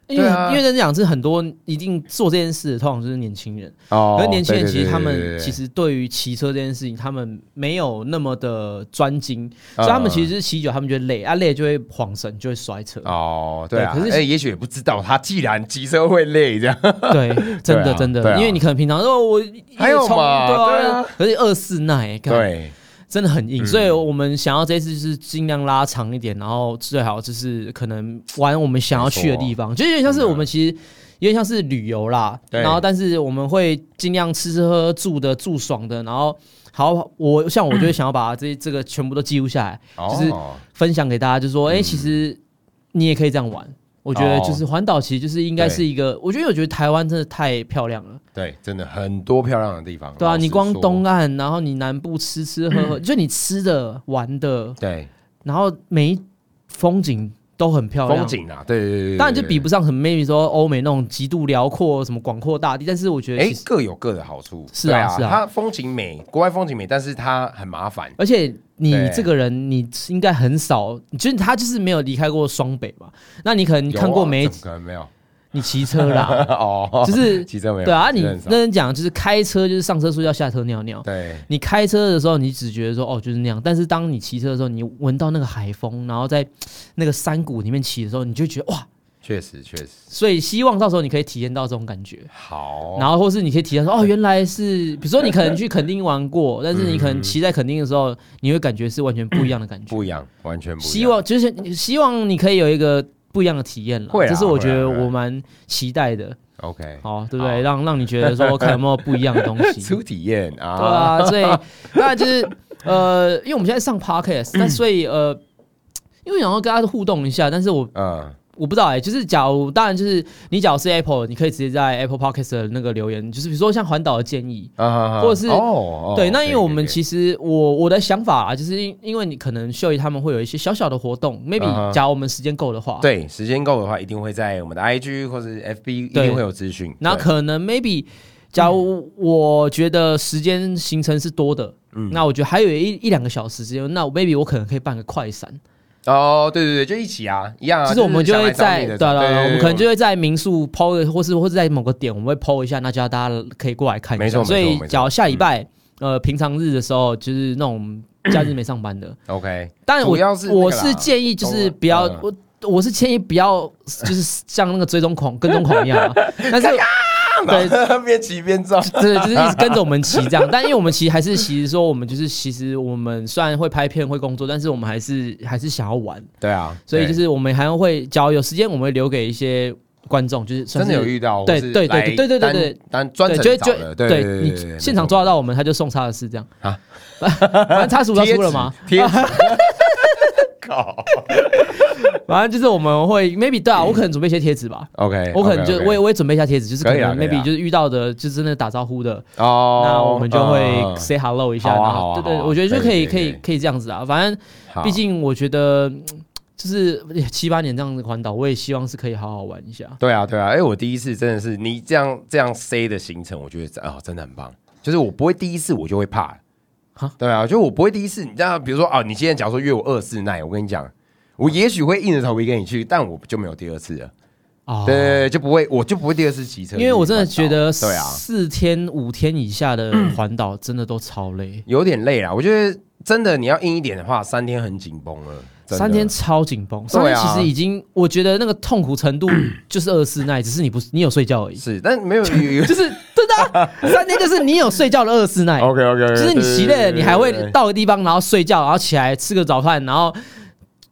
Speaker 1: 因为、
Speaker 2: 对啊
Speaker 1: 因为认真讲，是很多一定做这件事的，通常就是年轻人。
Speaker 2: 哦
Speaker 1: 可是年轻人其实他们其
Speaker 2: 实
Speaker 1: 实对于骑车这件事情，他们没有那么的专精，所以他们其实就是骑久，他们就会累啊，累就会晃神，就会摔车。
Speaker 2: 哦，对啊，
Speaker 1: 对可是
Speaker 2: 哎，也许也不知道他既然骑车会累这样，
Speaker 1: 对，真的真
Speaker 2: 对
Speaker 1: 的，
Speaker 2: 啊
Speaker 1: 因为你可能平常哦，我
Speaker 2: 还有
Speaker 1: 一直冲
Speaker 2: 嘛
Speaker 1: 对
Speaker 2: 对
Speaker 1: 啊
Speaker 2: 啊，
Speaker 1: 可是二四耐，干
Speaker 2: 对，
Speaker 1: 真的很硬，
Speaker 2: 嗯
Speaker 1: 所以我们想要这次就是尽量拉长一点，然后最好就是可能玩我们想要去的地方，就有点像是我们其实。有点像是旅游啦，
Speaker 2: 嗯对
Speaker 1: 然后但是我们会尽量吃吃喝喝住的住爽的，然后好，我像我就会想要把这这个全部都记录下来，就是
Speaker 2: 哦
Speaker 1: 分享给大家，就说，哎、
Speaker 2: 嗯
Speaker 1: 其实你也可以这样玩。我觉
Speaker 2: 哦
Speaker 1: 得就是环岛，其实就是应该是一个，我觉得我觉得台湾真的太漂亮了，
Speaker 2: 对，真的很多漂亮的地方。
Speaker 1: 对啊，
Speaker 2: 老实
Speaker 1: 你光
Speaker 2: 说
Speaker 1: 东岸，然后你南部吃吃喝 喝，就你吃的玩的，
Speaker 2: 对
Speaker 1: 然后每一风景都很漂亮。
Speaker 2: 风景啊，对对对对对，
Speaker 1: 当然就比
Speaker 2: 对。
Speaker 1: 不上很 maybe 说欧美那种极度辽阔、什么广阔大地，但是我觉得
Speaker 2: 哎
Speaker 1: 其实，，
Speaker 2: 各有各的好处。
Speaker 1: 是啊
Speaker 2: 对
Speaker 1: 是啊
Speaker 2: 它风景美，国外风景美，但是它很麻烦。
Speaker 1: 而且你
Speaker 2: 对
Speaker 1: 这个人，你应该很少，就是他就是没有离开过双北吧？那你可能看过没
Speaker 2: 有啊？怎么可能没有？
Speaker 1: 你骑车啦，
Speaker 2: 哦，
Speaker 1: 就是
Speaker 2: 骑车没有？
Speaker 1: 对啊，你
Speaker 2: 骑车
Speaker 1: 认
Speaker 2: 很少
Speaker 1: 真讲，就是开车就是上车睡觉，下车尿尿。
Speaker 2: 对
Speaker 1: 你开车的时候，你只觉得说哦就是那样，但是当你骑车的时候，你闻到那个海风，然后在那个山谷里面骑的时候，你就觉得哇！
Speaker 2: 确实确实
Speaker 1: 所以希望到时候你可以体验到这种感觉。
Speaker 2: 好。
Speaker 1: 然后或是你可以体验说，哦，原来是，比如说你可能去垦丁玩过，但是你可能骑在垦丁的时候，你会感觉是完全不一样的感觉。
Speaker 2: 嗯不一样，完全不一样。
Speaker 1: 希望就是希望你可以有一个不一样的体验了，
Speaker 2: 会啊
Speaker 1: 这是我觉得
Speaker 2: 会啊会啊
Speaker 1: 我蛮期待的，
Speaker 2: OK
Speaker 1: 好，对不
Speaker 2: 好
Speaker 1: 对？让让你觉得说看有没有不一样的东西
Speaker 2: 初，体验啊，
Speaker 1: 对啊，所以当然就是呃，因为我们现在上 podcast，那所以呃。因为想要跟大家互动一下，但是我
Speaker 2: 嗯，
Speaker 1: 我不知道哎、就是假如当然就是你假如是 Apple，你可以直接在 Apple Podcast 的那个留言，就是比如说像环岛的建议，
Speaker 2: 啊哈哈
Speaker 1: 或者是
Speaker 2: 哦，哦
Speaker 1: 对，那因为我们
Speaker 2: 对
Speaker 1: 其实我我的想法啊，就是因因为你可能秀仪他们会有一些小小的活动，maybe、
Speaker 2: 嗯哼
Speaker 1: 假如我们时间够的话，，
Speaker 2: 对时间够的话，一定会在我们的 IG 或是 FB 一
Speaker 1: 对
Speaker 2: 定会有资讯。
Speaker 1: 那
Speaker 2: 对
Speaker 1: 可能 maybe 假如我觉得时间行程是多的，
Speaker 2: 嗯
Speaker 1: 那我觉得还有一一两个小时之间，那我 maybe 我可能可以办个快闪，
Speaker 2: 哦，对对对，就一起啊，一样啊。
Speaker 1: 其实我们
Speaker 2: 就
Speaker 1: 就是会
Speaker 2: 想
Speaker 1: 在
Speaker 2: 来找你的
Speaker 1: 对啊对啊
Speaker 2: 对
Speaker 1: 对啊，
Speaker 2: 对
Speaker 1: 我们
Speaker 2: 对
Speaker 1: 可能就会在民宿 PO，的或是或是在某个点我们会 PO 一下，那叫大家可以过来看一
Speaker 2: 没
Speaker 1: 下。
Speaker 2: 错
Speaker 1: 所
Speaker 2: 没
Speaker 1: 以
Speaker 2: 错没错嗯
Speaker 1: 假如下礼拜呃平常日的时候，就是那种假日没上班 的。
Speaker 2: OK。
Speaker 1: 当然我
Speaker 2: 主要是那个啦
Speaker 1: 我是建议就是不要
Speaker 2: 嗯
Speaker 1: 我。我是建议不要，就是像那个追踪狂、跟踪狂一样 啊。但是，对，
Speaker 2: 边骑边照，
Speaker 1: 对，就是一直跟着我们骑这样。但因为我们其实还是，其实说我们就是，其实我们虽然会拍片、会工作，但是我们还是还是想要玩。
Speaker 2: 对啊，
Speaker 1: 所以就
Speaker 2: 对
Speaker 1: 是我们还会，假如有时间，我们会留给一些观众，就是算
Speaker 2: 真
Speaker 1: 是
Speaker 2: 的有遇到，
Speaker 1: 对
Speaker 2: 或是
Speaker 1: 对对
Speaker 2: 来
Speaker 1: 对对对对
Speaker 2: 单单专
Speaker 1: 对，
Speaker 2: 程
Speaker 1: 就会
Speaker 2: 找
Speaker 1: 就
Speaker 2: 的，对对对
Speaker 1: 你
Speaker 2: 对对，
Speaker 1: 现场
Speaker 2: 没错
Speaker 1: 抓得到我们，他就送叉的是这样
Speaker 2: 啊。
Speaker 1: 反正叉鼠要出了 嘛，
Speaker 2: 贴纸？贴纸靠
Speaker 1: 反正就是我们会 maybe 对啊，我可能准备一些贴纸吧，
Speaker 2: ，OK，
Speaker 1: 我可能就
Speaker 2: 嗯哎 OK，OK
Speaker 1: 我也我也准备一下贴纸，就是可
Speaker 2: 可以啊
Speaker 1: 能
Speaker 2: 可以啊
Speaker 1: maybe 就是遇到的就真的打招呼的，
Speaker 2: 哦，
Speaker 1: 那我们就会
Speaker 2: 嗯
Speaker 1: say hello 一下，
Speaker 2: 好啊
Speaker 1: 然
Speaker 2: 好
Speaker 1: 后
Speaker 2: 啊
Speaker 1: 对对，
Speaker 2: 好啊
Speaker 1: 我觉得就
Speaker 2: 可
Speaker 1: 可
Speaker 2: 以
Speaker 1: 以
Speaker 2: 可
Speaker 1: 可
Speaker 2: 以
Speaker 1: 以
Speaker 2: 可以
Speaker 1: 可以这样子啊，反正
Speaker 2: 好
Speaker 1: 毕竟我觉得嗯就是七八年这样子环岛，我也希望是可以好好玩一下。
Speaker 2: 对啊对啊，哎，我第一次真的是你这样这样 C 的行程，我觉得啊真的很棒，就是我不会第一次我就会怕
Speaker 1: 哈，
Speaker 2: 对啊，就我不会第一次，你知道，比如说啊，你今天假如说约我二四那，我跟你讲。我也许会硬着头皮跟你去，但我就没有第二次了。
Speaker 1: 哦
Speaker 2: 对对，对就不会，我就不会第二次骑车。
Speaker 1: 因为我真的觉得
Speaker 2: 对啊，
Speaker 1: 四天五天以下的环岛真的都超累。
Speaker 2: 有点累啦。我觉得真的你要硬一点的话，三天很紧绷了。真的
Speaker 1: 三天超紧绷，三
Speaker 2: 对
Speaker 1: 天
Speaker 2: 啊
Speaker 1: 其实已经，我觉得那个痛苦程 度就是二四那，只是你不你有睡觉而 已，
Speaker 2: 是，但没 有 OK
Speaker 1: 就是真的啊三天就是你有睡觉的二四 那，
Speaker 2: OK，
Speaker 1: 哎就是你洗累了，你还会到个地方，然后睡觉，然后起来吃个早饭，然后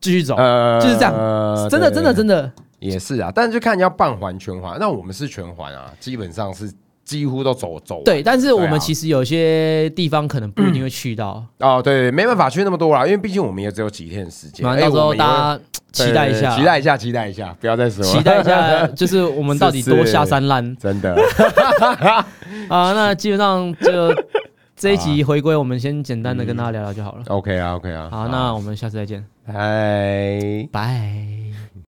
Speaker 1: 继续走，
Speaker 2: 呃
Speaker 1: 就是这样真的真的真的，
Speaker 2: 也是啊，但是就看你要半环全环，那我们是全环啊，基本上是几乎都走走完
Speaker 1: 对。但是我
Speaker 2: 对啊
Speaker 1: 们其实有些地方可能不一定会去到，
Speaker 2: 哦，对，没办法去那么多啦，因为毕竟我们也只有几天的时间，
Speaker 1: 那
Speaker 2: 哎
Speaker 1: 到时
Speaker 2: 我
Speaker 1: 候
Speaker 2: 们也会
Speaker 1: 大家期待一下，
Speaker 2: 对期待一下，期待一下，不要再 说了，
Speaker 1: 期待一下，就是我们到底多下三滥
Speaker 2: 真的。
Speaker 1: 啊！那基本上就这一集回归，我们先简
Speaker 2: 嗯
Speaker 1: 单的跟大家聊聊就好了。
Speaker 2: OK 啊，OK 啊，
Speaker 1: 好，那我们下次再见，
Speaker 2: 嗨。
Speaker 1: 拜。